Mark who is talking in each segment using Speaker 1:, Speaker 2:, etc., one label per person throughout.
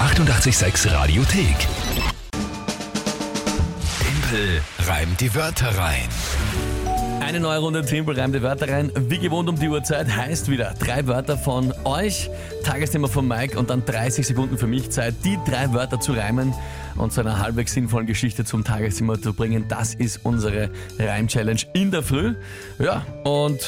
Speaker 1: 886 Radiothek. Tempel reimt die Wörter rein.
Speaker 2: Eine neue Runde Tempel reimt die Wörter rein. Wie gewohnt um die Uhrzeit heißt wieder drei Wörter von euch, Tagesthema von Mike und dann 30 Sekunden für mich Zeit, die drei Wörter zu reimen und zu einer halbwegs sinnvollen Geschichte zum Tagesthema zu bringen. Das ist unsere Reim-Challenge in der Früh. Ja, und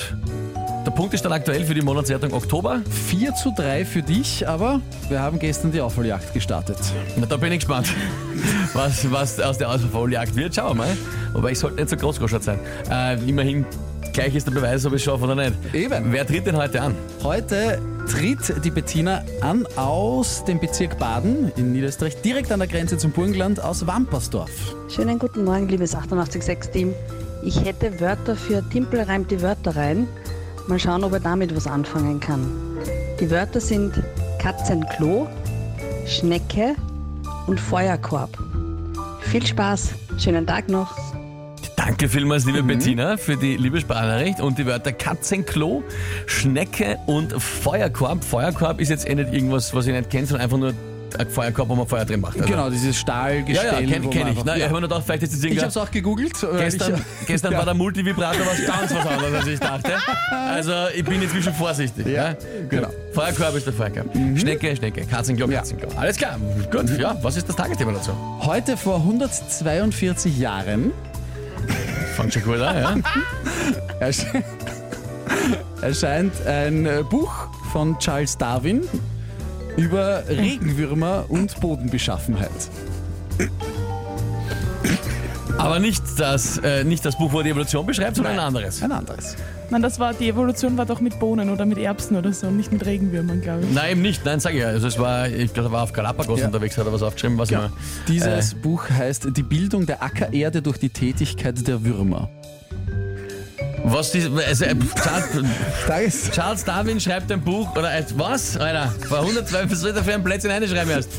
Speaker 2: der Punkt ist dann aktuell für die Monatswertung Oktober.
Speaker 3: 4 zu 3 für dich, aber wir haben gestern die Aufholjagd gestartet.
Speaker 2: Na, da bin ich gespannt, was, was aus der Ausfalljagd wird. Schauen wir mal. Wobei ich sollte nicht so großgeschert sein. Äh, immerhin, gleich ist der Beweis, ob ich es schaffe oder nicht.
Speaker 3: Eben.
Speaker 2: Wer tritt denn heute an?
Speaker 3: Heute tritt die Bettina an aus dem Bezirk Baden in Niederösterreich, direkt an der Grenze zum Burgenland aus Wampersdorf.
Speaker 4: Schönen guten Morgen, liebes 886-Team. Ich hätte Wörter für Timpel reimt die Wörter rein. Mal schauen, ob er damit was anfangen kann. Die Wörter sind Katzenklo, Schnecke und Feuerkorb. Viel Spaß, schönen Tag noch.
Speaker 2: Danke vielmals, liebe
Speaker 3: Mhm.
Speaker 2: Bettina, für die liebe Sprachnachricht und die Wörter Katzenklo, Schnecke und Feuerkorb. Feuerkorb ist jetzt eh nicht irgendwas, was ich nicht kenne, sondern einfach nur ein Feuerkorb, wo man Feuer drin macht. Also-
Speaker 3: Genau, dieses
Speaker 2: Ja,
Speaker 3: Stahlgestell.
Speaker 2: ja, kenne
Speaker 3: wo man
Speaker 2: kenn ich.
Speaker 3: einfach-
Speaker 2: Nein, Ich
Speaker 3: ja.
Speaker 2: habe mir nur gedacht, vielleicht ist das
Speaker 3: Ich
Speaker 2: irgendein...
Speaker 3: habe es auch gegoogelt. weil
Speaker 2: Gestern,
Speaker 3: ich,
Speaker 2: gestern
Speaker 3: Ja.
Speaker 2: war der Multivibrator was ganz was anderes, als ich dachte. Also ich bin inzwischen vorsichtig. Ja,
Speaker 3: Ja, Mhm. genau.
Speaker 2: Feuerkorb ist der Feuerkorb. Schnecke, Schnecke, Katzenklo, Katzenklo. Alles klar, gut. Ja, was ist das Tagesthema dazu?
Speaker 3: Heute vor 142 Jahren
Speaker 2: Fand schon cool an, ja?
Speaker 3: ersche- erscheint ein äh, Buch von Charles Darwin über Regenwürmer und Bodenbeschaffenheit.
Speaker 2: Aber nicht das, äh, nicht das Buch, wo die Evolution beschreibt, sondern ein anderes.
Speaker 3: Ein anderes.
Speaker 5: Nein, das war, die Evolution war doch mit Bohnen oder mit Erbsen oder so und nicht mit Regenwürmern, glaube ich.
Speaker 2: Nein, eben nicht. Nein, sage ich ja. Also es war, ich glaube, er war auf Galapagos
Speaker 3: Ja.
Speaker 2: unterwegs, hat er was aufgeschrieben, was immer.
Speaker 3: Dieses Buch heißt Die Bildung der Ackererde durch die Tätigkeit der Würmer.
Speaker 2: Was die, also, äh, Charles,
Speaker 3: Tages.
Speaker 2: Charles Darwin schreibt ein Buch, oder äh, was, Alter? Vor 112 soll dafür ein Plätzchen reinschreiben erst.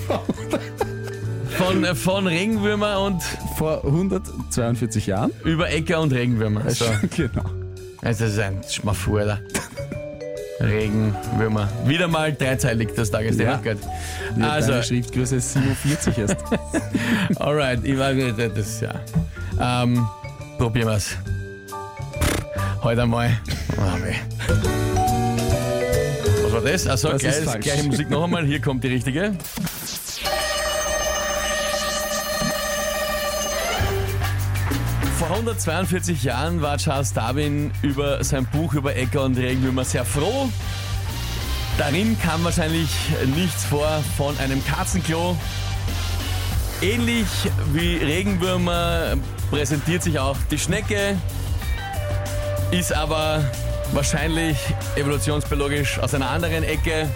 Speaker 2: Von, äh, von Regenwürmer und
Speaker 3: Vor 142 Jahren.
Speaker 2: über Äcker und Regenwürmer. So.
Speaker 3: genau.
Speaker 2: Also das ist ein Schmaffur, Alter. Regenwürmer. Wieder mal dreizeilig das Tagesthema.
Speaker 3: Ja.
Speaker 2: Gut.
Speaker 3: Ja,
Speaker 2: Also-
Speaker 3: deine Schriftgröße ist 47 erst.
Speaker 2: Alright, ich weiß nicht, das ist ja. Ähm, probieren wir's. Heute einmal. Oh, weh. Was war das? Achso,
Speaker 3: Das ist
Speaker 2: gleich,
Speaker 3: falsch.
Speaker 2: gleiche Musik noch einmal. Hier kommt die richtige. Vor 142 Jahren war Charles Darwin über sein Buch über Äcker und Regenwürmer sehr froh. Darin kam wahrscheinlich nichts vor von einem Katzenklo, Ähnlich wie Regenwürmer präsentiert sich auch die Schnecke, ist aber wahrscheinlich evolutionsbiologisch aus einer anderen Ecke.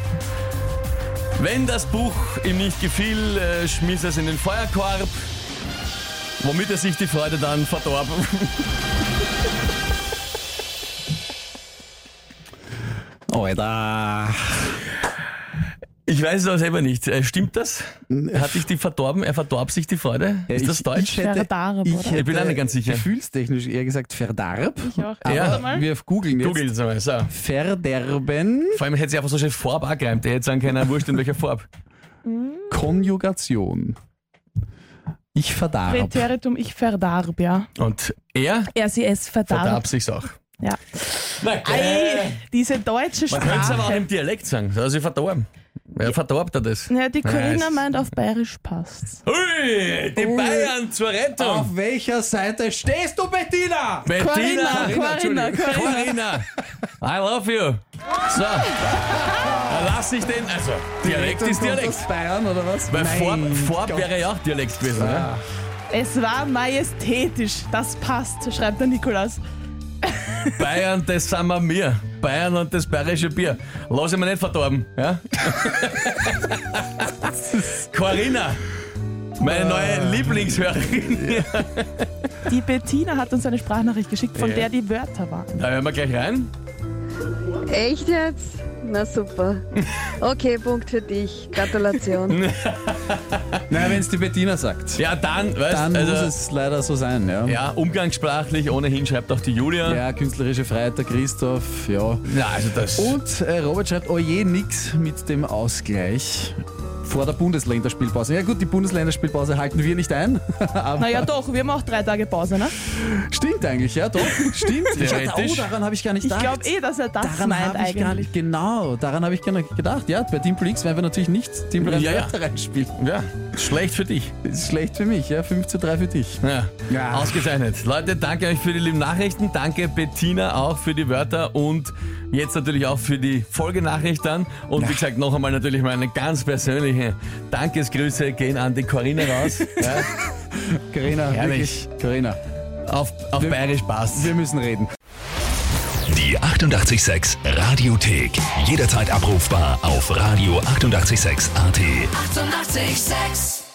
Speaker 2: Wenn das Buch ihm nicht gefiel, äh, schmiss er es in den Feuerkorb, womit er sich die Freude dann verdorb.
Speaker 3: Alter.
Speaker 2: Ich weiß es auch selber nicht. Äh, Stimmt das? Hat sich die verdorben? Er verdorb sich die Freude? Ist das
Speaker 3: Ich-
Speaker 2: Deutsch?
Speaker 3: hätte-
Speaker 5: Verdarb,
Speaker 3: ich
Speaker 5: oder?
Speaker 3: hätte
Speaker 2: Ich bin auch nicht ganz sicher.
Speaker 3: Gefühlstechnisch eher gesagt verdarb.
Speaker 5: Ich auch.
Speaker 2: Ja.
Speaker 5: Warte mal.
Speaker 3: Wir googeln jetzt.
Speaker 2: Google es einmal. So.
Speaker 3: Verderben,
Speaker 2: Vor allem hätte sie einfach so schön Farb angereimt. Er hätte sagen können, wurscht in welcher Farbe.
Speaker 3: Konjugation. Ich verdarb.
Speaker 5: Präteritum, ich verdarb, ja.
Speaker 2: Und er
Speaker 5: Er, sie, es verdarb.
Speaker 2: verdarb sich's auch.
Speaker 5: Ja.
Speaker 2: Na,
Speaker 5: Ei, diese deutsche
Speaker 2: äh, man könnte es aber auch
Speaker 5: Sprache.
Speaker 2: im Dialekt sagen. Also sie verdorben. Wer verdorbt er das?
Speaker 5: Ja, die Corinna
Speaker 2: Nice.
Speaker 5: meint, auf Bayerisch passt's.
Speaker 2: Ui, die Bayern zur Rettung.
Speaker 3: Auf welcher Seite stehst du, Bettina?
Speaker 2: Bettina.
Speaker 5: Corinna,
Speaker 2: Entschuldigung. Corinna. I love you. So. Da lass ich den. Also, Dialekt ist Dialekt.
Speaker 3: Aus Bayern oder was?
Speaker 2: Weil
Speaker 3: Mein
Speaker 2: Vorb, Vorb
Speaker 3: Gott.
Speaker 2: wäre ja auch Dialekt gewesen. Ne?
Speaker 5: Es war majestätisch, das passt, schreibt der Nikolaus.
Speaker 2: Bayern, das sind wir mir. Bayern und das bayerische Bier. Lass ich mich nicht verdorben. Ja? Corinna, meine
Speaker 3: Ah.
Speaker 2: neue Lieblingshörerin.
Speaker 5: Die Bettina hat uns eine Sprachnachricht geschickt, von
Speaker 2: Ja.
Speaker 5: der die Wörter waren.
Speaker 2: Da hören wir gleich rein.
Speaker 4: Echt jetzt? Na super. Okay, Punkt für dich. Gratulation.
Speaker 3: Nein, wenn es die Bettina sagt,
Speaker 2: Ja, dann, weißt
Speaker 3: dann
Speaker 2: also,
Speaker 3: muss es leider so sein, ja.
Speaker 2: Ja, umgangssprachlich ohnehin schreibt auch die Julia.
Speaker 3: Ja, künstlerische Freiheit, der Christoph, ja. Oh.
Speaker 2: Na, also das.
Speaker 3: Und äh, Robert schreibt, oje, nix mit dem Ausgleich. vor der Bundesländerspielpause. Ja gut, die Bundesländerspielpause halten wir nicht ein. aber
Speaker 5: Naja, doch, wir haben auch drei Tage Pause, ne?
Speaker 3: stimmt eigentlich, ja doch. Stimmt.
Speaker 2: Theoretisch.
Speaker 3: Oh, daran habe ich gar nicht
Speaker 5: Ich
Speaker 3: gedacht.
Speaker 5: glaube eh, dass er das
Speaker 3: Daran
Speaker 5: meint
Speaker 3: habe ich gar
Speaker 5: eigentlich.
Speaker 3: nicht, genau, daran habe ich gar nicht gedacht. Ja, bei Team X werden wir natürlich nicht Team
Speaker 2: Ja, ja.
Speaker 3: Wörter reinspielen.
Speaker 2: Ja, schlecht für dich.
Speaker 3: Ist schlecht für mich, ja, 5 zu 3 für dich.
Speaker 2: Ja.
Speaker 3: Ja.
Speaker 2: Ausgezeichnet. Leute, danke euch für die lieben Nachrichten. Danke Bettina auch für die Wörter und jetzt natürlich auch für die Folgenachricht dann. Und wie gesagt, noch einmal natürlich meine ganz persönliche Dankesgrüße gehen an die Corinna raus. ja,
Speaker 3: Corinna,
Speaker 2: Herrlich.
Speaker 3: wirklich. Corinna,
Speaker 2: auf auf Bayerisch passt.
Speaker 3: wir müssen reden.
Speaker 1: Die 886 Radiothek. Jederzeit abrufbar auf radio886.at. 886!
Speaker 6: 886